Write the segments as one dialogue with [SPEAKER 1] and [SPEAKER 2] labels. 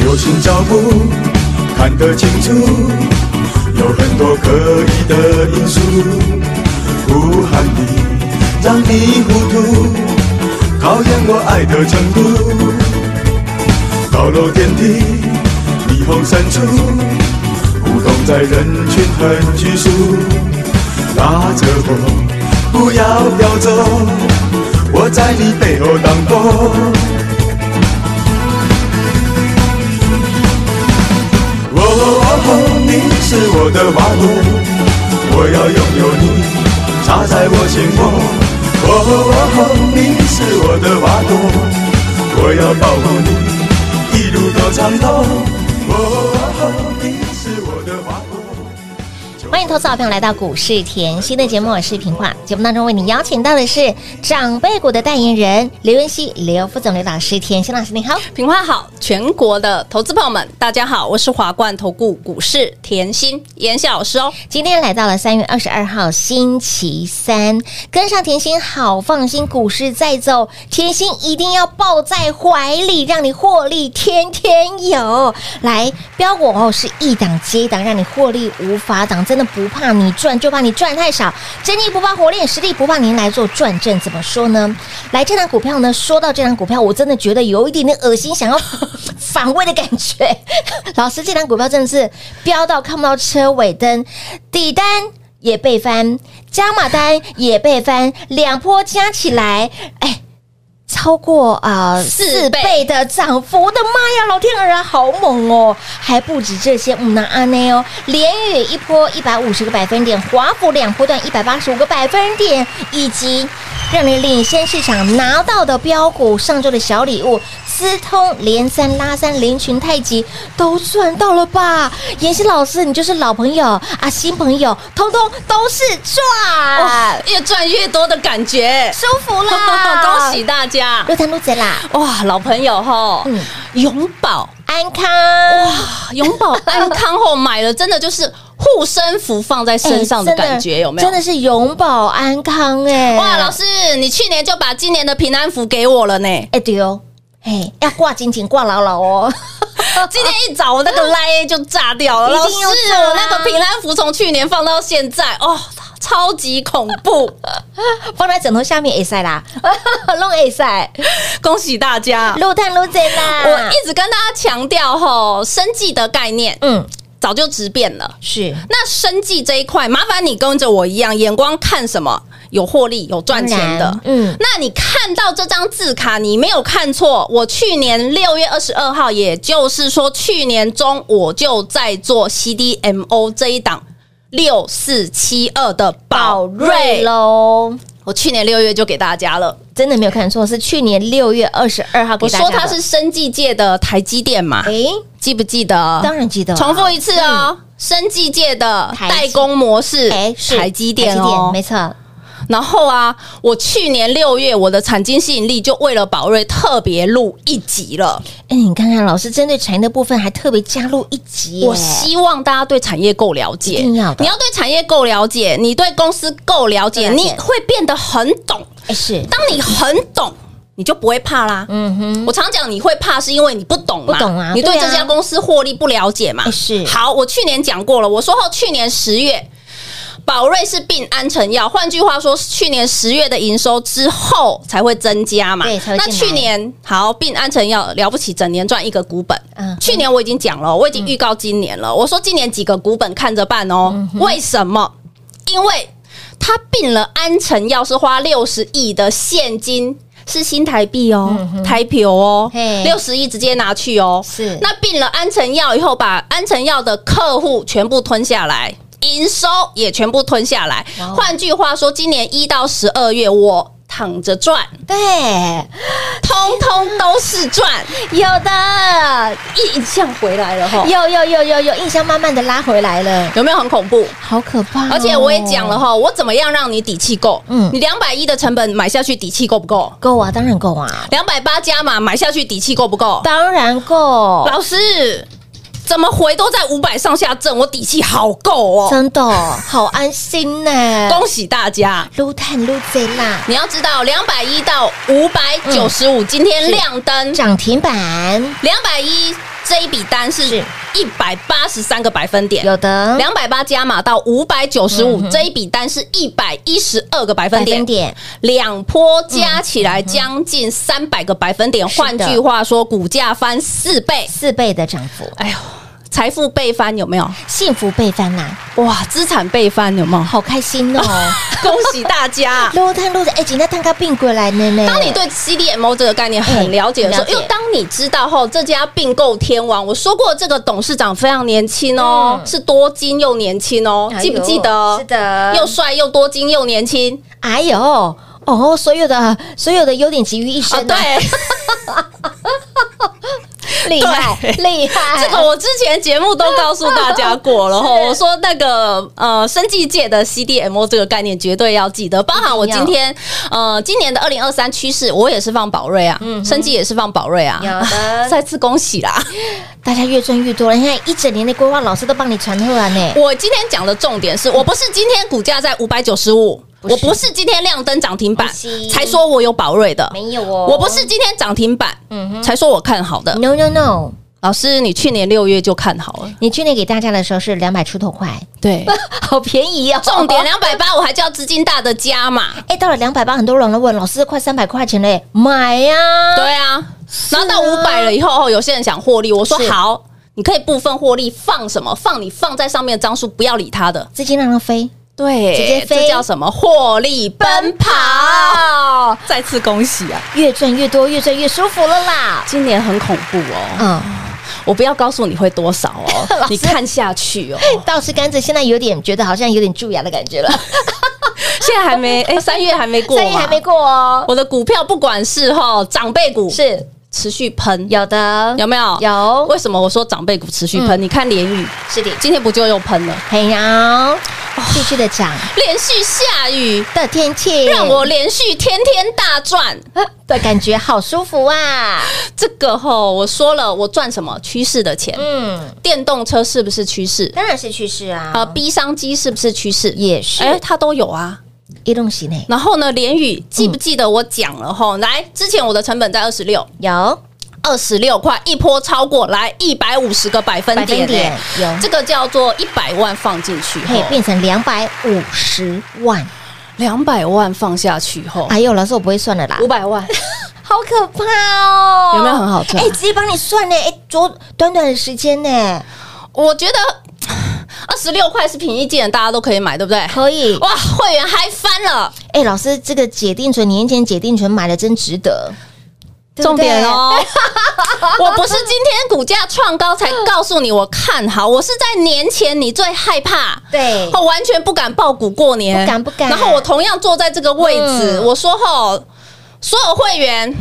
[SPEAKER 1] 流星照不看得清楚，有很多可疑的因素，呼喊你，让你糊涂，考验我爱的程度。高楼电梯，霓虹闪处，舞动在人群很拘束，拉着我，不要飘走，我在你背后挡风。哦哦哦哦，你是我的花朵，我要拥有你，插在我心窝。哦哦哦哦，你是我的花朵，我要保护你，一路到长头。哦哦哦，你是我的花朵。
[SPEAKER 2] 欢迎投资好朋友来到股市甜心的节目，我是平化。节目当中为你邀请到的是长辈股的代言人刘文熙、刘副总、刘老师、甜心老师，你好。
[SPEAKER 3] 平花好，全国的投资朋友们，大家好，我是华冠投顾股市甜心妍夏老师哦。
[SPEAKER 2] 今天来到了三月二十二号星期三，跟上甜心好放心，股市在走，甜心一定要抱在怀里，让你获利天天有。来，标股哦是一档接一档，让你获利无法挡，真的不怕你赚，就怕你赚太少，真力不怕火炼，实力不怕您来做转正，怎么说呢？来，这档股票呢，说到这档股票，我真的觉得有一点点恶心，想要 反胃的感觉。 老师，这档股票真的是飙到看不到车尾灯，底单也被翻，加码单也被翻，两波加起来，哎。超过啊、呃
[SPEAKER 3] 四
[SPEAKER 2] 四
[SPEAKER 3] 倍
[SPEAKER 2] 倍的涨幅，我的妈呀，老天儿啊，好猛哦！还不止这些，嗯呐啊内哦，连宇一波一百五十个百分点，华府两波段一百八十五个百分点，以及让你领先市场拿到的标股，上周的小礼物，资通连三拉三，连群太极都赚到了吧？妍希老师，你就是老朋友啊，新朋友，通通都是
[SPEAKER 3] 哇
[SPEAKER 2] 赚，，
[SPEAKER 3] 越赚越多的感 觉，
[SPEAKER 2] 舒服啦，
[SPEAKER 3] 恭喜大家！
[SPEAKER 2] 陆潭陆贼啦，
[SPEAKER 3] 哇，老朋友吼，
[SPEAKER 2] 嗯
[SPEAKER 3] 永保
[SPEAKER 2] 安康
[SPEAKER 3] 啊永保安康后买了，真的就是护身符放在身上的
[SPEAKER 2] 哎真
[SPEAKER 3] 感觉，有没有
[SPEAKER 2] 真？的是永保安康哎、
[SPEAKER 3] 哇，老师，你去年就把今年的平安符给我了呢。
[SPEAKER 2] 哎、对哦，哎要挂紧紧挂牢牢哦，
[SPEAKER 3] 今天一早我那个 line 就炸掉了，老
[SPEAKER 2] 一
[SPEAKER 3] 师
[SPEAKER 2] 定要炸啊，
[SPEAKER 3] 那个平安符从去年放到现在，哦，超级恐怖，
[SPEAKER 2] 放在枕头下面也塞啦， 弄也塞，
[SPEAKER 3] 恭喜 大家！
[SPEAKER 2] 陆探陆贼啦，
[SPEAKER 3] 我一直跟大家强调吼，生计的概念
[SPEAKER 2] 嗯
[SPEAKER 3] 早就直变了。
[SPEAKER 2] 是
[SPEAKER 3] 那生计这一块，麻烦你跟着我一样，眼光看什么？有获利、有赚钱的
[SPEAKER 2] 当然。嗯
[SPEAKER 3] 那你看到这张字卡，你没有看错。我去年六月二十二号，也就是说去年中，我就在做 CDMO 这一档六四七二的宝瑞了。
[SPEAKER 2] 喽，
[SPEAKER 3] 我去年六月就给大家了，
[SPEAKER 2] 真的没有看错，是去年六月二十二号给
[SPEAKER 3] 我
[SPEAKER 2] 大家
[SPEAKER 3] 说
[SPEAKER 2] 的
[SPEAKER 3] 它是生计界的台积电嘛，
[SPEAKER 2] 哎、
[SPEAKER 3] 记不记得？
[SPEAKER 2] 当然记得啊、
[SPEAKER 3] 重复一次哦，生技界的
[SPEAKER 2] 台积
[SPEAKER 3] 代工模式，
[SPEAKER 2] 哎、是
[SPEAKER 3] 台积电哦
[SPEAKER 2] 没。错，
[SPEAKER 3] 然后啊，我去年六月我的产经吸引力就为了宝瑞特别录一集了。
[SPEAKER 2] 哎、你看看老师针对产业的部分还特别加入一集耶，
[SPEAKER 3] 我希望大家对产业够了解，
[SPEAKER 2] 一定要的
[SPEAKER 3] 你要对产业够了解，你对公司够了解，
[SPEAKER 2] 了解
[SPEAKER 3] 你会变得很懂。
[SPEAKER 2] 哎是
[SPEAKER 3] 当你很懂，你就不会怕啦。
[SPEAKER 2] 嗯哼，
[SPEAKER 3] 我常讲，你会怕是因为你不懂
[SPEAKER 2] 不
[SPEAKER 3] 嘛，
[SPEAKER 2] 懂啊
[SPEAKER 3] 你对
[SPEAKER 2] 对啊
[SPEAKER 3] 这家公司获利不了解嘛。
[SPEAKER 2] 哎是
[SPEAKER 3] 好，我去年讲过了，我说后去年十月。宝瑞是并安成药，换句话说，是去年十月的营收之后才会增加嘛
[SPEAKER 2] 对才会？
[SPEAKER 3] 那
[SPEAKER 2] 进来
[SPEAKER 3] 去年好，并安成药了不起，整年赚一个股本。
[SPEAKER 2] 嗯
[SPEAKER 3] 去年我已经讲了，我已经预
[SPEAKER 2] 嗯
[SPEAKER 3] 告今年了，我说今年几个股本看着办哦。为什么？因为他并了安诚药是花六十亿的现金。是新台币哦，台币哦
[SPEAKER 2] 嗯嘿，
[SPEAKER 3] 六十亿直接拿去哦。
[SPEAKER 2] 是
[SPEAKER 3] 那并了安诚药以后，把安诚药的客户全部吞下来，营收也全部吞下来
[SPEAKER 2] 哇哦。
[SPEAKER 3] 换句话说，今年一到十二月，我躺着赚，
[SPEAKER 2] 对，
[SPEAKER 3] 通通都是赚，
[SPEAKER 2] 有的，
[SPEAKER 3] 印象回来了吼，
[SPEAKER 2] 有有有有有，印象慢慢的拉回来了，
[SPEAKER 3] 有没有很恐怖？
[SPEAKER 2] 好可怕哦、
[SPEAKER 3] 而且我也讲了哈，我怎么样让你底气够？
[SPEAKER 2] 嗯
[SPEAKER 3] 嗯，你两百一的成本买下去，底气够不够？
[SPEAKER 2] 够啊，当然够啊，
[SPEAKER 3] 两百八加码买下去，底气够不够？
[SPEAKER 2] 当然够，
[SPEAKER 3] 老师，怎么回都在五百上下挣，我底气好够哦！
[SPEAKER 2] 真的哦好安心呢、
[SPEAKER 3] 恭喜大家！
[SPEAKER 2] 撸碳撸贼啦，
[SPEAKER 3] 你要知道，两百一到五百九十五，今天亮灯
[SPEAKER 2] 涨停板
[SPEAKER 3] 两百一这一笔单是一百八十三个百分点。
[SPEAKER 2] 有的
[SPEAKER 3] 两百八加码到五百九十
[SPEAKER 2] 嗯
[SPEAKER 3] 五，这一笔单是一百一十二个百分点，
[SPEAKER 2] 点，
[SPEAKER 3] 两波加起来将近三百个百分点，
[SPEAKER 2] 嗯是的
[SPEAKER 3] 换句话说，股价翻四倍。
[SPEAKER 2] 四倍的涨幅，
[SPEAKER 3] 哎呦，财富倍翻有没有？
[SPEAKER 2] 幸福倍翻呐、
[SPEAKER 3] 哇，资产倍翻有没 有？
[SPEAKER 2] 好开心 哦！
[SPEAKER 3] 恭喜大家！
[SPEAKER 2] 撸碳撸贼，哎，今天蛋糕并过来呢呢。
[SPEAKER 3] 当你对 CDMO 这个概念很了解的时候，
[SPEAKER 2] 嗯了解
[SPEAKER 3] 因为当你知道后这家并购天王，我说过这个董事长非常年轻哦，
[SPEAKER 2] 嗯
[SPEAKER 3] 是多金又年轻哦，
[SPEAKER 2] 哎呦
[SPEAKER 3] 记不记得？
[SPEAKER 2] 是的
[SPEAKER 3] 又帅又多金又年轻
[SPEAKER 2] 哎呦，哦，所有的所有的优点集于一
[SPEAKER 3] 啊！
[SPEAKER 2] 身、
[SPEAKER 3] 对，
[SPEAKER 2] 啊， 对，厉害
[SPEAKER 3] 对
[SPEAKER 2] 厉害，
[SPEAKER 3] 这个我之前节目都告诉大家过 了哈，我说那个呃，生技界的 CDMO 这个概念绝对要记得，包含我今天呃，今年的二零二三趋势，我也是放宝瑞啊，生技也是放宝瑞啊，
[SPEAKER 2] 嗯有的
[SPEAKER 3] 再次恭喜 啦！
[SPEAKER 2] 大家越赚越多了。你看一整年的规划，老师都帮你传贺啊呢。
[SPEAKER 3] 我今天讲的重点是我不是今天股价在五百九十五。
[SPEAKER 2] 是
[SPEAKER 3] 我不是今天亮灯涨停板
[SPEAKER 2] 不是
[SPEAKER 3] 才说我有宝瑞的，
[SPEAKER 2] 没有嗯哦
[SPEAKER 3] 我不是今天涨停板才说我看好的。
[SPEAKER 2] No No No，
[SPEAKER 3] 老师，你去年六月就看好了，
[SPEAKER 2] 你去年给大家的时候是两百出头块，
[SPEAKER 3] 对，
[SPEAKER 2] 好便宜哦。
[SPEAKER 3] 重点两百八，我还叫资金大的加嘛？
[SPEAKER 2] 哎，到了两百八，很多人来问老师，快三百块钱嘞，买呀、
[SPEAKER 3] 对啊，然后到五百了以后，哦有些人想获利，我说
[SPEAKER 2] 是
[SPEAKER 3] 好，你可以部分获利放什么？放你放在上面的张数，不要理他的。
[SPEAKER 2] 资金让它飞，
[SPEAKER 3] 对，
[SPEAKER 2] 直接飞
[SPEAKER 3] 这叫什么？获利奔跑！再次恭喜啊！
[SPEAKER 2] 越赚越多，越赚越舒服了啦。
[SPEAKER 3] 今年很恐怖哦，
[SPEAKER 2] 嗯，
[SPEAKER 3] 我不要告诉你会多少 哦，你看下去哦。
[SPEAKER 2] 哎倒是甘子现在有点觉得好像有点蛀牙的感觉了，
[SPEAKER 3] 现在还 没，哎，三月还没过嘛，
[SPEAKER 2] 生意还没过啊哦。
[SPEAKER 3] 我的股票不管是哈长辈股
[SPEAKER 2] 是
[SPEAKER 3] 持续喷，
[SPEAKER 2] 有的，
[SPEAKER 3] 有没有？
[SPEAKER 2] 有
[SPEAKER 3] 为什么我说长辈股持续喷？你看联宇
[SPEAKER 2] 是的，
[SPEAKER 3] 今天不就又喷了？
[SPEAKER 2] 很阳继续的涨
[SPEAKER 3] 连续下雨，
[SPEAKER 2] 的天气，
[SPEAKER 3] 让我连续天天大赚。
[SPEAKER 2] 的感觉好舒服啊。
[SPEAKER 3] 这个吼，我说了，我赚什么趋势的钱？
[SPEAKER 2] 嗯，
[SPEAKER 3] 电动车是不是趋势？
[SPEAKER 2] 当然是趋势啊，
[SPEAKER 3] 呃，B 商机是不是趋势？
[SPEAKER 2] 也是
[SPEAKER 3] 哎，它都有啊。
[SPEAKER 2] 移动型呢，
[SPEAKER 3] 然后呢，联宇记不记得我讲了吼？来，之前我的成本在二十六，
[SPEAKER 2] 有
[SPEAKER 3] 二十六块一波超过来一百五十个百分
[SPEAKER 2] 百分
[SPEAKER 3] 点、
[SPEAKER 2] 点
[SPEAKER 3] 哎
[SPEAKER 2] 有
[SPEAKER 3] 这个叫做一百万放进去
[SPEAKER 2] 可以
[SPEAKER 3] 后，
[SPEAKER 2] 变成两百五十万。
[SPEAKER 3] 两百万放下去后，
[SPEAKER 2] 哎呦，老师我不会算了啦
[SPEAKER 3] 五，百万，
[SPEAKER 2] 好可怕哦！
[SPEAKER 3] 有没有很好赚
[SPEAKER 2] 哎，直接帮你算呢，哎，昨短短的时间呢，
[SPEAKER 3] 哎我觉得二十六块是平易近人，大家都可以买，对不对？
[SPEAKER 2] 可以。
[SPEAKER 3] 哇，会员嗨翻了！
[SPEAKER 2] 哎，老师，这个解定存年前解定存买的真值得，对不
[SPEAKER 3] 重
[SPEAKER 2] 对
[SPEAKER 3] 点 哦，我不是今天股价创高才告诉你我看好，我是在年前你最害怕，
[SPEAKER 2] 对
[SPEAKER 3] 我完全不敢报股过年，
[SPEAKER 2] 不敢不敢
[SPEAKER 3] 然后我同样坐在这个位置，
[SPEAKER 2] 嗯
[SPEAKER 3] 我说吼，所有会员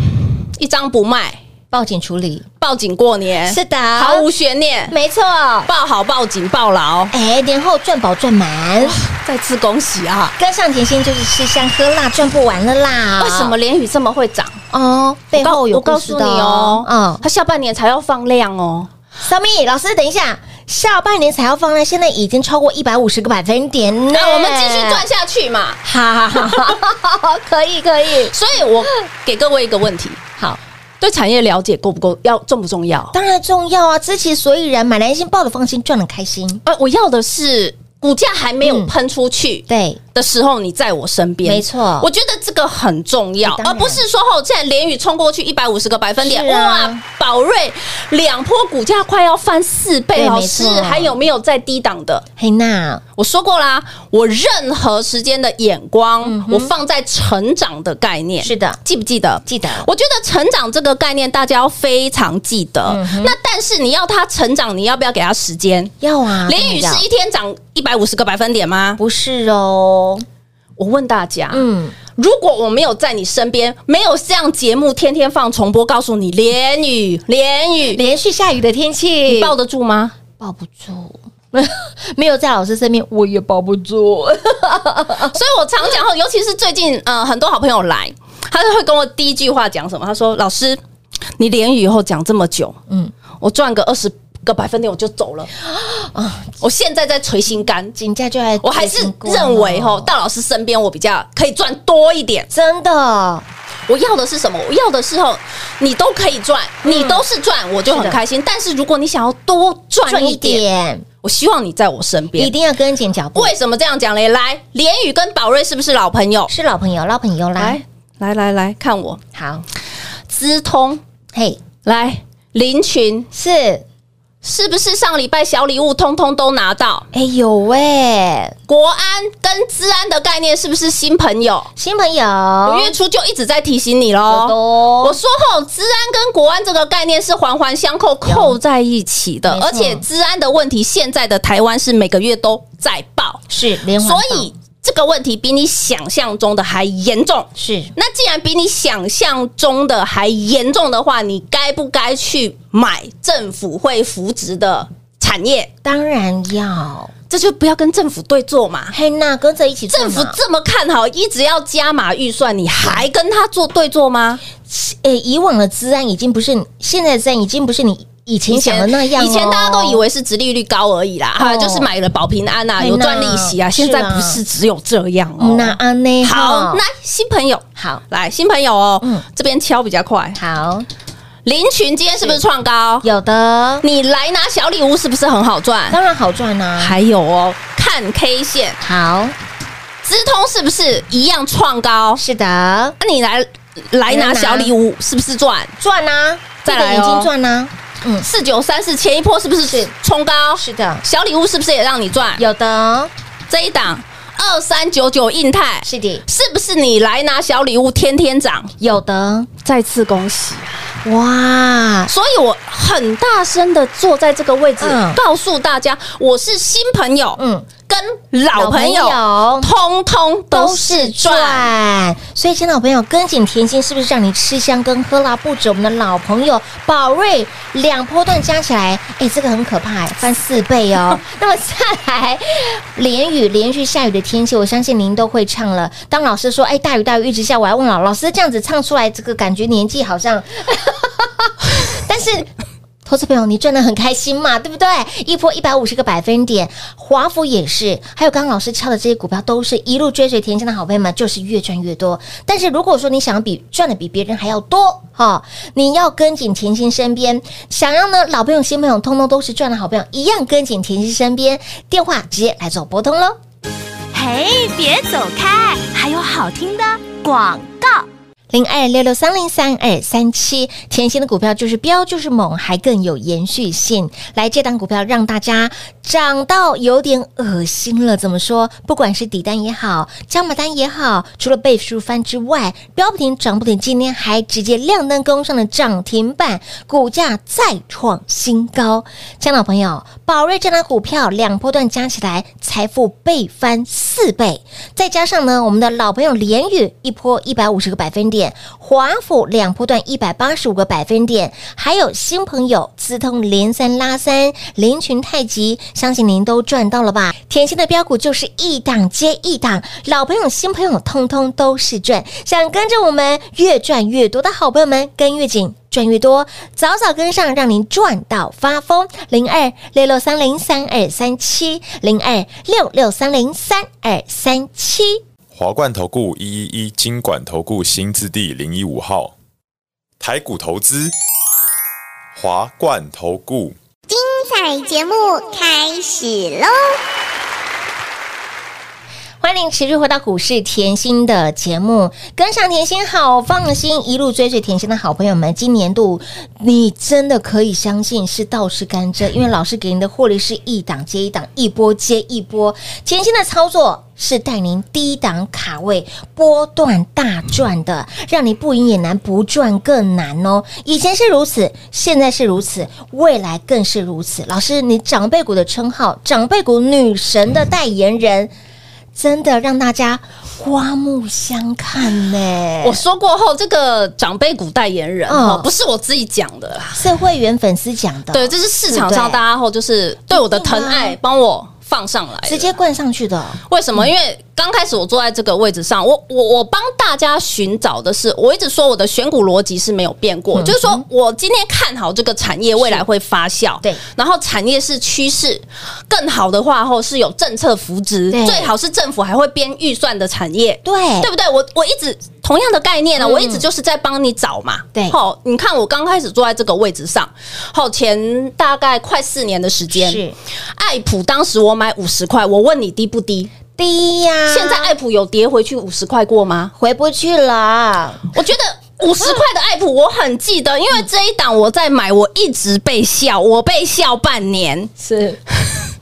[SPEAKER 3] 一张不卖，
[SPEAKER 2] 报警处理。
[SPEAKER 3] 报警过年，
[SPEAKER 2] 是的，
[SPEAKER 3] 哎毫无悬念，
[SPEAKER 2] 没错。
[SPEAKER 3] 报好报警报牢，
[SPEAKER 2] 哎，年后赚饱赚满，
[SPEAKER 3] 再次恭喜啊！
[SPEAKER 2] 跟上甜心就是吃香喝辣，赚不完了啦。
[SPEAKER 3] 为什么联宇这么会涨？
[SPEAKER 2] 哦，背后有
[SPEAKER 3] 我告
[SPEAKER 2] 故
[SPEAKER 3] 我告
[SPEAKER 2] 事
[SPEAKER 3] 诉
[SPEAKER 2] 的
[SPEAKER 3] 你哦，
[SPEAKER 2] 嗯
[SPEAKER 3] 嗯，它下半年才要放量哦。
[SPEAKER 2] 小米老师，等一下，下半年才要放量，现在已经超过一百五十个百分点呢。
[SPEAKER 3] 那我们继续赚，下去嘛。
[SPEAKER 2] 哈哈哈哈， 可以可以，
[SPEAKER 3] 所以我给各位一个问题：
[SPEAKER 2] 好，
[SPEAKER 3] 对产业了解够不够？要重不重要？
[SPEAKER 2] 当然重要啊，知其所以然，买来心抱的放心，赚的开心。
[SPEAKER 3] 呃，我要的是股价还没有
[SPEAKER 2] 嗯
[SPEAKER 3] 喷出去
[SPEAKER 2] 对，
[SPEAKER 3] 的时候，你在我身边，
[SPEAKER 2] 没错
[SPEAKER 3] 我觉得这个很重要，
[SPEAKER 2] 当然
[SPEAKER 3] 而不是说哦，现在连宇冲过去一百五十个百分点，
[SPEAKER 2] 是啊
[SPEAKER 3] 哇，宝瑞两波股价快要翻四倍，
[SPEAKER 2] 对
[SPEAKER 3] 老
[SPEAKER 2] 没
[SPEAKER 3] 师
[SPEAKER 2] 错
[SPEAKER 3] 还有没有在低档的？
[SPEAKER 2] 嘿娜，
[SPEAKER 3] 我说过啦，我任何时间的眼光，我放在成长的概念。
[SPEAKER 2] 嗯是的
[SPEAKER 3] 记不记得？
[SPEAKER 2] 记得
[SPEAKER 3] 我觉得成长这个概念大家要非常记得。
[SPEAKER 2] 嗯
[SPEAKER 3] 那但是你要它成长，你要不要给它时间？
[SPEAKER 2] 要啊，
[SPEAKER 3] 连雨
[SPEAKER 2] 当然要
[SPEAKER 3] 是一天涨一百五十个百分点吗？
[SPEAKER 2] 不是哦，
[SPEAKER 3] 我问大家，
[SPEAKER 2] 嗯，
[SPEAKER 3] 如果我没有在你身边，没有这样节目天天放重播，告诉你连雨连雨，
[SPEAKER 2] 连续下雨的天气
[SPEAKER 3] 你抱得住吗？
[SPEAKER 2] 抱不住， 没有在老师身边我也抱不 住，
[SPEAKER 3] 所以我常讲后，尤其是最近呃，很多好朋友来，他就会跟我第一句话讲什么？他说：“老师，你连雨以后讲这么久，嗯，我赚个二十个百分点我就走了啊！我现在在捶心肝，
[SPEAKER 2] 人家就来，
[SPEAKER 3] 我还是
[SPEAKER 2] 哦
[SPEAKER 3] 认为吼，到老师身边我比较可以赚多一点。
[SPEAKER 2] 真的
[SPEAKER 3] 我要的是什么？我要的是吼，你都可以赚，你都是赚，我就是很
[SPEAKER 2] 的
[SPEAKER 3] 开心。嗯但是如果你想要多赚
[SPEAKER 2] 赚
[SPEAKER 3] 一
[SPEAKER 2] 一
[SPEAKER 3] 点，
[SPEAKER 2] 点，
[SPEAKER 3] 我希望你在我身边
[SPEAKER 2] 一。定要跟紧脚步，
[SPEAKER 3] 为什么这样讲嘞？来，连宇跟宝瑞是不是老朋友？
[SPEAKER 2] 是老朋友，老朋友啦
[SPEAKER 3] 来，来来来看我
[SPEAKER 2] 好，
[SPEAKER 3] 资通
[SPEAKER 2] 嘿，
[SPEAKER 3] 来林群
[SPEAKER 2] 是，
[SPEAKER 3] 是不是上礼拜小礼物通通都拿到？
[SPEAKER 2] 哎有喂，
[SPEAKER 3] 国安跟治安的概念是不是新朋友？
[SPEAKER 2] 新朋友，
[SPEAKER 3] 我月初就一直在提醒你喽
[SPEAKER 2] 有的。哦
[SPEAKER 3] 哦我说后，治安跟国安这个概念是环环相扣、扣在一起的
[SPEAKER 2] 没，错
[SPEAKER 3] 而且治安的问题，现在的台湾是每个月都在爆，
[SPEAKER 2] 是连环
[SPEAKER 3] 所
[SPEAKER 2] 报，
[SPEAKER 3] 以这个问题比你想象中的还严重。
[SPEAKER 2] 是
[SPEAKER 3] 那既然比你想象中的还严重的话，你该不该去买政府会扶植的产业？
[SPEAKER 2] 当然要，
[SPEAKER 3] 这就不要跟政府对坐嘛。
[SPEAKER 2] 嘿娜跟着一起做
[SPEAKER 3] 政
[SPEAKER 2] 嘛
[SPEAKER 3] 府这么看好，一直要加码预算，你还跟他做对坐吗？
[SPEAKER 2] 诶，哎以往的治安已经不是现在的治安已经不是你以前想的那样哦、
[SPEAKER 3] 以前大家都以为是殖利率高而已啦，
[SPEAKER 2] 哦
[SPEAKER 3] 哈，就是买了保平安啊，
[SPEAKER 2] 哎
[SPEAKER 3] 有赚利息啊。
[SPEAKER 2] 那
[SPEAKER 3] 现在
[SPEAKER 2] 是啊
[SPEAKER 3] 不是只有这样哦
[SPEAKER 2] 嗯。那安呢？
[SPEAKER 3] 好，
[SPEAKER 2] 哈
[SPEAKER 3] 来新朋友，
[SPEAKER 2] 好
[SPEAKER 3] 来新朋友哦
[SPEAKER 2] 嗯，
[SPEAKER 3] 这边敲比较快。
[SPEAKER 2] 好
[SPEAKER 3] 林群今天是不是创高？
[SPEAKER 2] 有的，
[SPEAKER 3] 你来拿小礼物是不是很好赚？
[SPEAKER 2] 当然好赚啦、
[SPEAKER 3] 还有哦，看 K 线，
[SPEAKER 2] 好，
[SPEAKER 3] 资通是不是一样创高？
[SPEAKER 2] 是的，
[SPEAKER 3] 那你来来拿小礼物，是不是赚？
[SPEAKER 2] 赚啦、
[SPEAKER 3] 再来哦
[SPEAKER 2] 这个已经赚啦、嗯，
[SPEAKER 3] 四九三四前一波是不是
[SPEAKER 2] 是
[SPEAKER 3] 冲高？
[SPEAKER 2] 是的，
[SPEAKER 3] 小礼物是不是也让你赚？
[SPEAKER 2] 有的，
[SPEAKER 3] 这一档二三九九印泰
[SPEAKER 2] 是的，
[SPEAKER 3] 是不是你来拿小礼物，天天涨？
[SPEAKER 2] 有的，
[SPEAKER 3] 再次恭喜！
[SPEAKER 2] 哇，
[SPEAKER 3] 所以我很大声的坐在这个位置，
[SPEAKER 2] 嗯
[SPEAKER 3] 告诉大家，我是新朋友，
[SPEAKER 2] 嗯，
[SPEAKER 3] 跟老朋友，
[SPEAKER 2] 老朋友
[SPEAKER 3] 通通都是赚。
[SPEAKER 2] 赚，所以，亲爱的朋友，跟紧甜心是不是让你吃香跟喝辣？不止我们的老朋友宝瑞两波段加起来，哎，这个很可怕，翻四倍哦。 那么下来，连雨连续下雨的天气，我相信您都会唱了。当老师说，哎，大雨大雨一直下，我还问老老师这样子唱出来，这个感觉年纪好 像， 但是。投资朋友，你赚得很开心嘛，对不对？一波一百五十个百分点，华府也是，还有刚刚老师敲的这些股票，都是一路追随甜心的好朋友们，就是越赚越多。但是如果说你想要比赚的比别人还要多，哈、你要跟紧甜心身边，想要呢老朋友、新朋友，通通都是赚的好朋友，一样跟紧甜心身边，电话直接来做拨通喽。
[SPEAKER 4] 嘿，别走开，还有好听的广告。
[SPEAKER 2] 零二六六三零三二三七，甜心的股票就是标就是猛，还更有延续性。来，这档股票让大家涨到有点恶心了。怎么说？不管是底单也好，加码单也好，除了倍数翻之外，标不停涨不停，今天还直接亮灯攻上了涨停板，股价再创新高。亲爱的朋友，宝瑞这档股票两波段加起来，财富倍翻四倍。再加上呢，我们的老朋友联宇一波一百五十个百分点，华府两波段一百八十五个百分点，还有新朋友资通连三拉三，林群太极，相信您都赚到了吧？甜心的标股就是一档接一档，老朋友、新朋友通通都是赚。想跟着我们越赚越多的好朋友们，跟越紧。赚越多，早早跟上，让您赚到发疯。零二六六三零三二三七，零二六六三零三二三七。
[SPEAKER 5] 华冠投顾一一一金管投顾新字第零一五号，台股投资，华冠投顾。
[SPEAKER 6] 彩节目开始喽！
[SPEAKER 2] 欢欢迎持续回到股市甜心的节目，跟上甜心好放心，一路追随甜心的好朋友们，今年度你真的可以相信是倒吃甘蔗，因为老师给你的获利是一档接一档，一波接一波。甜心的操作是带您低档卡位波段大赚的，让你不赢也难，不赚更难哦。以前是如此，现在是如此，未来更是如此。老师，你长辈股的称号，长辈股女神的代言人。真的让大家刮目相看呢、
[SPEAKER 3] 我说过后，这个长辈股代言人
[SPEAKER 2] 嗯
[SPEAKER 3] 哦，不是我自己讲的啦，
[SPEAKER 2] 是会员粉丝讲的，
[SPEAKER 3] 对，这是市
[SPEAKER 2] 对
[SPEAKER 3] 场
[SPEAKER 2] 不
[SPEAKER 3] 上
[SPEAKER 2] 对
[SPEAKER 3] 大家后就是对我的疼
[SPEAKER 2] 一定
[SPEAKER 3] 爱
[SPEAKER 2] 啊
[SPEAKER 3] 帮我放上来的，
[SPEAKER 2] 直接嗯灌上去的。
[SPEAKER 3] 为什么？因为刚开始我坐在这个位置上，我我我帮大家寻找的是，我一直说我的选股逻辑是没有变
[SPEAKER 2] 嗯
[SPEAKER 3] 过，就是说我今天看好这个产业未来会发酵，
[SPEAKER 2] 对
[SPEAKER 3] 然后产业是趋势，更好的话后是有政策扶植，
[SPEAKER 2] 对
[SPEAKER 3] 最好是政府还会编预算的产业，
[SPEAKER 2] 对
[SPEAKER 3] 对不对？我我一直同样的概念呢、
[SPEAKER 2] 哎嗯
[SPEAKER 3] 啊我一直就是在帮你找嘛。
[SPEAKER 2] 对
[SPEAKER 3] 好，你看我刚开始坐在这个位置上，好前大概快四年的时间，
[SPEAKER 2] 是
[SPEAKER 3] 爱普当时我买五十块，我问你低不低？
[SPEAKER 2] 低呀、
[SPEAKER 3] 现在爱普有跌回去五十块过吗？
[SPEAKER 2] 回不去了，
[SPEAKER 3] 我觉得五十块的爱普我很记得，因为这一档我在买，我一直被笑，我被笑半年。
[SPEAKER 2] 是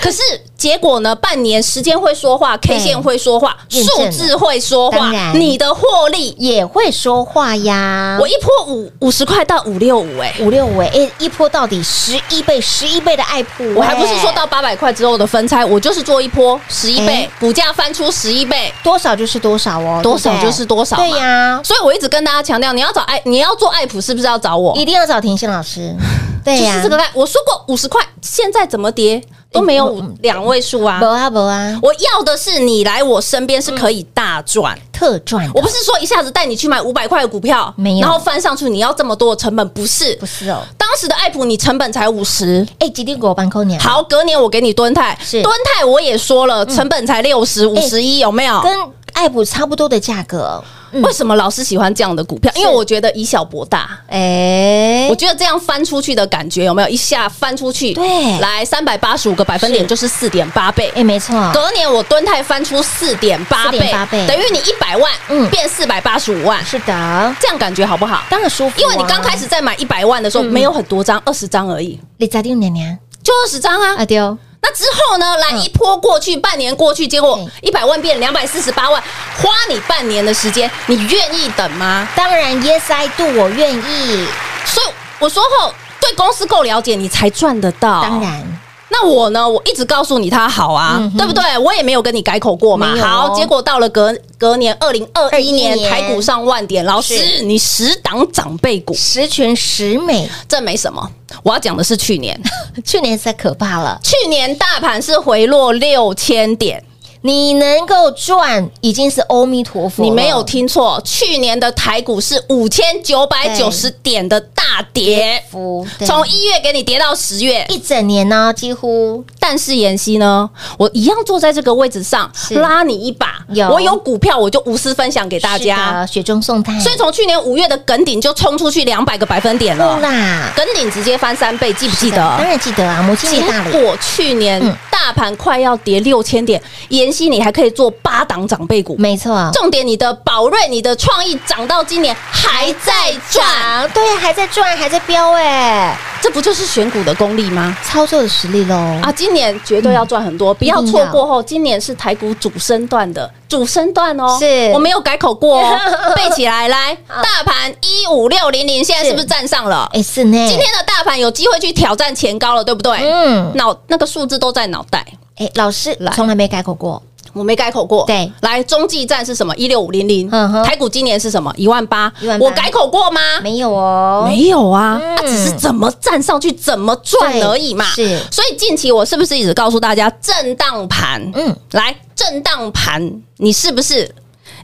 [SPEAKER 3] 可是结果呢？半年时间会说话
[SPEAKER 2] 对
[SPEAKER 3] ，K 线会说话，
[SPEAKER 2] 验证
[SPEAKER 3] 数
[SPEAKER 2] 了
[SPEAKER 3] 字会说
[SPEAKER 2] 当
[SPEAKER 3] 话，
[SPEAKER 2] 然嗯
[SPEAKER 3] 你的获利
[SPEAKER 2] 也会说话呀。
[SPEAKER 3] 我一波五五十块到五六五，哎，
[SPEAKER 2] 五六尾，哎、一波到底十一倍，十一倍的爱普、
[SPEAKER 3] 我还不是说
[SPEAKER 2] 哎
[SPEAKER 3] 到八百块之后的分拆，我就是做一波十一倍
[SPEAKER 2] 哎，
[SPEAKER 3] 股价翻出十一倍，
[SPEAKER 2] 多少就是多少哦，
[SPEAKER 3] 多少
[SPEAKER 2] 对不对
[SPEAKER 3] 就是多少嘛
[SPEAKER 2] 对呀、
[SPEAKER 3] 所以我一直跟大家强调，你要找爱，你要做爱普，是不是要找我？
[SPEAKER 2] 一定要找甜心老 师。对啊
[SPEAKER 3] 就
[SPEAKER 2] 呀、
[SPEAKER 3] 是这个概，我说过五十块，现在怎么跌都没有五两位数啊
[SPEAKER 2] 嗯不！嗯啊不啊，
[SPEAKER 3] 我要的是你来我身边是可以大赚，
[SPEAKER 2] 特赚的，
[SPEAKER 3] 我不是说一下子带你去买五百块的股票，
[SPEAKER 2] 没有
[SPEAKER 3] 然后翻上去你要这么多的成本，不是
[SPEAKER 2] 不。是哦，
[SPEAKER 3] 当时的爱普，你成本才五十，
[SPEAKER 2] 哎、几点果板扣你啊？
[SPEAKER 3] 好，隔年我给你蹲泰，
[SPEAKER 2] 是嗯哎
[SPEAKER 3] 蹲泰我也说了，成本才六十五十一，有没有？
[SPEAKER 2] 跟爱普差不多的价格，嗯
[SPEAKER 3] 为什么老师喜欢这样的股票？因为我觉得以小博大。
[SPEAKER 2] 哎、
[SPEAKER 3] 我觉得这样翻出去的感觉有没有一下翻出去？
[SPEAKER 2] 对
[SPEAKER 3] 来三百八十五个百分点就是四点八倍
[SPEAKER 2] 哎、。没错，
[SPEAKER 3] 隔年我蹲泰翻出四点八倍
[SPEAKER 2] 4.8，倍
[SPEAKER 3] 等于你一百万，
[SPEAKER 2] 嗯
[SPEAKER 3] 变四百八十五万，
[SPEAKER 2] 是的，
[SPEAKER 3] 这样感觉好不好？
[SPEAKER 2] 当然舒服啊、
[SPEAKER 3] 因为你刚开始在买一百万的时
[SPEAKER 2] 嗯
[SPEAKER 3] 候，没有很多张，二十张而已，
[SPEAKER 2] 你在丢娘娘
[SPEAKER 3] 就二十张啊
[SPEAKER 2] 啊。丢，
[SPEAKER 3] 那之后
[SPEAKER 2] 嗯
[SPEAKER 3] 呢，来一波过去，半年过去，结果一百万变两百四十八万，花你半年的时间，你愿意等吗？
[SPEAKER 2] 当然 Yes I do，我愿意，
[SPEAKER 3] 所以我说后，对公司够了解，你才赚得到。
[SPEAKER 2] 当。然
[SPEAKER 3] 那我呢？我一直告诉你他好啊，
[SPEAKER 2] 嗯哼
[SPEAKER 3] 对不对？我也没有跟你改口过嘛。
[SPEAKER 2] 没有哦
[SPEAKER 3] 好，结果到了隔隔年二零二一
[SPEAKER 2] 21
[SPEAKER 3] 年，
[SPEAKER 2] 年
[SPEAKER 3] 台股上万点，老师
[SPEAKER 2] 是
[SPEAKER 3] 你十档长辈股，
[SPEAKER 2] 十全十美，
[SPEAKER 3] 这没什么。我要讲的是去年，
[SPEAKER 2] 去年才可怕了，
[SPEAKER 3] 去年大盘是回落六千点，
[SPEAKER 2] 你能够赚已经是阿弥陀佛了，
[SPEAKER 3] 你没有听错，去年的台股是五千九百九十点的大跌，
[SPEAKER 2] 福，对
[SPEAKER 3] 从一月给你跌到十月，
[SPEAKER 2] 一整年呢、几乎
[SPEAKER 3] 但是妍希呢，我一样坐在这个位置上
[SPEAKER 2] 是
[SPEAKER 3] 拉你一把。
[SPEAKER 2] 有
[SPEAKER 3] 我有股票，我就无私分享给大家。
[SPEAKER 2] 是的雪中送炭，
[SPEAKER 3] 所以从去年五月的梗顶就冲出去两百个百分点
[SPEAKER 2] 够
[SPEAKER 3] 了，
[SPEAKER 2] 啦，
[SPEAKER 3] 梗顶直接翻三倍，记不记
[SPEAKER 2] 当
[SPEAKER 3] 得？
[SPEAKER 2] 然记得啊，母亲
[SPEAKER 3] 结
[SPEAKER 2] 节大礼，
[SPEAKER 3] 果去年
[SPEAKER 2] 嗯
[SPEAKER 3] 大盘快要跌六千点，妍希你还可以做八档长辈股，
[SPEAKER 2] 没错，
[SPEAKER 3] 重点你的宝瑞、你的创意涨到今年还在赚，
[SPEAKER 2] 涨，对，还在赚，还在飙，哎，
[SPEAKER 3] 这不就是选股的功力吗？
[SPEAKER 2] 操作的实力喽
[SPEAKER 3] 啊，今年绝对要赚很多，不要
[SPEAKER 2] 一定
[SPEAKER 3] 错
[SPEAKER 2] 要
[SPEAKER 3] 过后。今年是台股主升段的主升段哦，
[SPEAKER 2] 是
[SPEAKER 3] 我没有改口过哦， 背起来来。大盘一五六零零，现在是不是站上了？
[SPEAKER 2] 哎，是呢，
[SPEAKER 3] 今天的大盘有机会去挑战前高了，对不对？
[SPEAKER 2] 嗯，
[SPEAKER 3] 脑那个数字都在脑袋，
[SPEAKER 2] 哎，老师
[SPEAKER 3] 来
[SPEAKER 2] 从来没改口过，
[SPEAKER 3] 我没改口过。
[SPEAKER 2] 对
[SPEAKER 3] 来中继站是什么？一六五零零
[SPEAKER 2] 嗯哼。
[SPEAKER 3] 台股今年是什么？一万八
[SPEAKER 2] 18,000。
[SPEAKER 3] 我改口过吗？
[SPEAKER 2] 没有哦，
[SPEAKER 3] 啊没有啊，
[SPEAKER 2] 嗯
[SPEAKER 3] 啊，只是怎么站上去，怎么赚而已嘛。
[SPEAKER 2] 对是
[SPEAKER 3] 所以近期我是不是一直告诉大家，震荡盘，
[SPEAKER 2] 嗯
[SPEAKER 3] 嗯，来，震荡盘，你是不是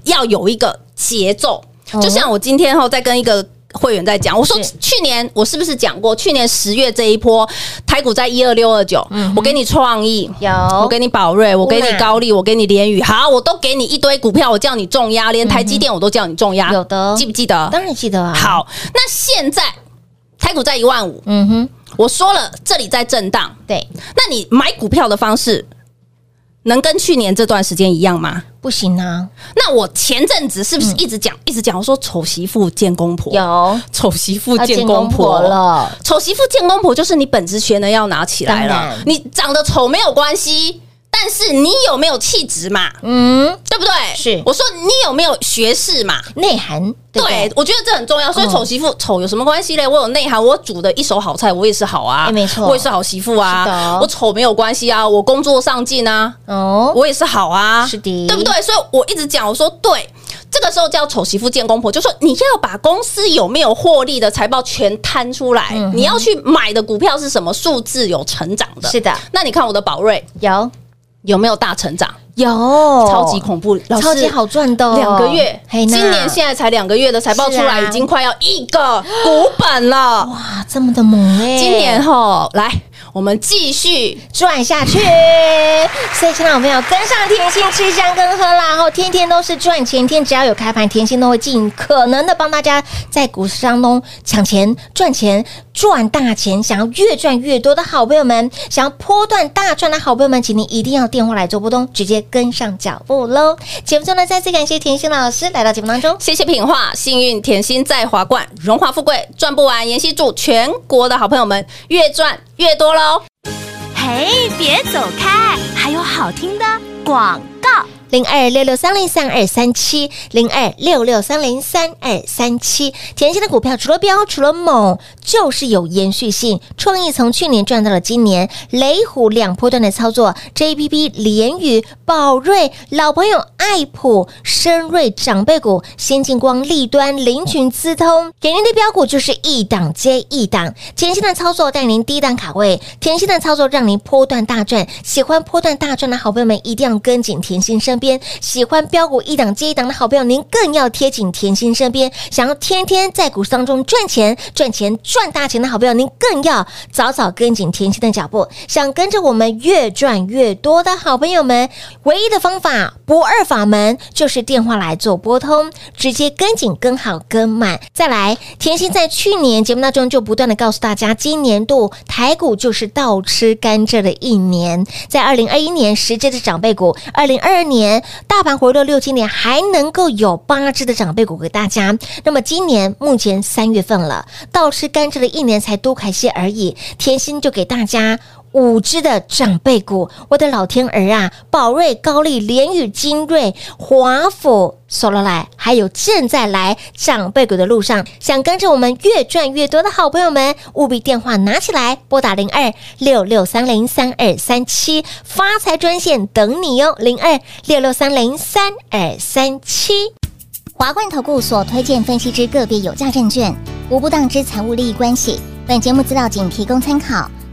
[SPEAKER 3] 要有一个节奏？
[SPEAKER 2] 哦
[SPEAKER 3] 就像我今天后在跟一个。会员在讲，我说
[SPEAKER 2] 是
[SPEAKER 3] 去年我是不是讲过？去年十月这一波，台股在一二六二九，我给你创意，
[SPEAKER 2] 嗯有哦
[SPEAKER 3] 我给你宝瑞，我给你
[SPEAKER 2] 乌娜
[SPEAKER 3] 高利，我给你联宇，好，我都给你一堆股票，我叫你重压，连台积电我都叫你重压，
[SPEAKER 2] 嗯有的
[SPEAKER 3] 记不记得？
[SPEAKER 2] 当然记得啊，，
[SPEAKER 3] 好，那现在台股在一万五，
[SPEAKER 2] 嗯哼，
[SPEAKER 3] 我说了，这里在震荡。
[SPEAKER 2] 对，
[SPEAKER 3] 那你买股票的方式，能跟去年这段时间一样吗？
[SPEAKER 2] 不行啊，
[SPEAKER 3] 那我前阵子是不是一直讲、一直讲，我说丑媳妇见公婆，
[SPEAKER 2] 嗯有
[SPEAKER 3] 丑媳妇
[SPEAKER 2] 要
[SPEAKER 3] 见
[SPEAKER 2] 见
[SPEAKER 3] 公
[SPEAKER 2] 公
[SPEAKER 3] 婆
[SPEAKER 2] 婆
[SPEAKER 3] 了。
[SPEAKER 2] 了，
[SPEAKER 3] 丑媳妇见公婆就是你本职学能要拿起来
[SPEAKER 2] 当
[SPEAKER 3] 了
[SPEAKER 2] 然，
[SPEAKER 3] 你长得丑没有关系，但是你有没有气质嘛，
[SPEAKER 2] 嗯，
[SPEAKER 3] 对不对？
[SPEAKER 2] 是
[SPEAKER 3] 我说你有没有学识嘛？
[SPEAKER 2] 内涵对不
[SPEAKER 3] 对
[SPEAKER 2] 对，，
[SPEAKER 3] 我觉得这很重要。所以
[SPEAKER 2] 嗯
[SPEAKER 3] 丑媳妇丑有什么关系嘞？我有内涵，我煮的一手好菜，我也是好啊，
[SPEAKER 2] 哎没错
[SPEAKER 3] 我也是好媳妇
[SPEAKER 2] 是的
[SPEAKER 3] 啊。我丑没有关系啊，我工作上进啊，
[SPEAKER 2] 哦，
[SPEAKER 3] 我也是好啊，
[SPEAKER 2] 是的
[SPEAKER 3] 对不对？所以我一直讲，我说对，这个时候叫丑媳妇见公婆，就说你要把公司有没有获利的财报全摊出来，
[SPEAKER 2] 嗯哼
[SPEAKER 3] 你要去买的股票是什么数字有成长的。
[SPEAKER 2] 是的，
[SPEAKER 3] 那你看我的宝瑞
[SPEAKER 2] 有
[SPEAKER 3] 有没有大成长？
[SPEAKER 2] 有，
[SPEAKER 3] 超级恐怖，老师
[SPEAKER 2] 哦超级好赚的哦，
[SPEAKER 3] 两个月，
[SPEAKER 2] 嘿呐
[SPEAKER 3] 今年现在才两个月的财报出来，
[SPEAKER 2] 是啊
[SPEAKER 3] 已经快要一个股本了。
[SPEAKER 2] 哇这么的猛哎，
[SPEAKER 3] 今年吼，来，我们继续
[SPEAKER 2] 赚下去。 所以，亲爱的朋友，跟上甜心吃香跟喝辣后，天天都是赚钱。天只要有开盘，甜心都会尽可能的帮大家在股市当中抢钱、赚钱、赚大钱。想要越赚越多的好朋友们，想要波段大赚的好朋友们，请您一定要电话来做波动，直接跟上脚步喽。节目中呢，再次感谢甜心老师来到节目当中。
[SPEAKER 3] 谢谢品画，幸运甜心在华冠，荣华富贵赚不完。妍希祝全国的好朋友们越赚越多喽！
[SPEAKER 4] 嘿，别走开，还有好听的广告。
[SPEAKER 2] 零二六六三零三二三七，零二六六三零三二三七。甜心的股票除了标，除了猛，就是有延续性。创意从去年赚到了今年，雷虎两波段的操作，JPP、联宇、宝瑞、老朋友爱普、深瑞长辈股、先进光、立端、林群、资通，给您的标股就是一档接一档。甜心的操作带您低档卡位，甜心的操作让您波段大赚。喜欢波段大赚的好朋友们，一定要跟紧甜心身边；喜欢标股一档接一档的好朋友，您更要贴紧甜心身边。想要天天在股市当中赚钱、赚钱、赚大钱的好朋友，您更要早早跟紧甜心的脚步。想跟着我们越赚越多的好朋友们，唯一的方法不二法门就是电话来做拨通，直接跟紧、跟好、跟满。再来，甜心在去年节目当中就不断的告诉大家，今年度台股就是倒吃甘蔗的一年。在二零二一年，十只的长辈股；二零二二年，大盘回落六千点，还能够有八只的长辈股给大家。那么今年目前三月份了，倒吃甘蔗的一年才多开些而已，甜心就给大家。五只的长辈股，我的老天儿啊！宝瑞、高丽、联宇、精锐、华府、索罗来，还有正在来长辈股的路上，想跟着我们越赚越多的好朋友们，务必电话拿起来，拨打零二六六三零三二三七发财专线等你哟，零二六六三零三二三七。
[SPEAKER 6] 华冠投顾所推荐分析之个别有价证券，无不当之财务利益关系。本节目资料仅提供参考，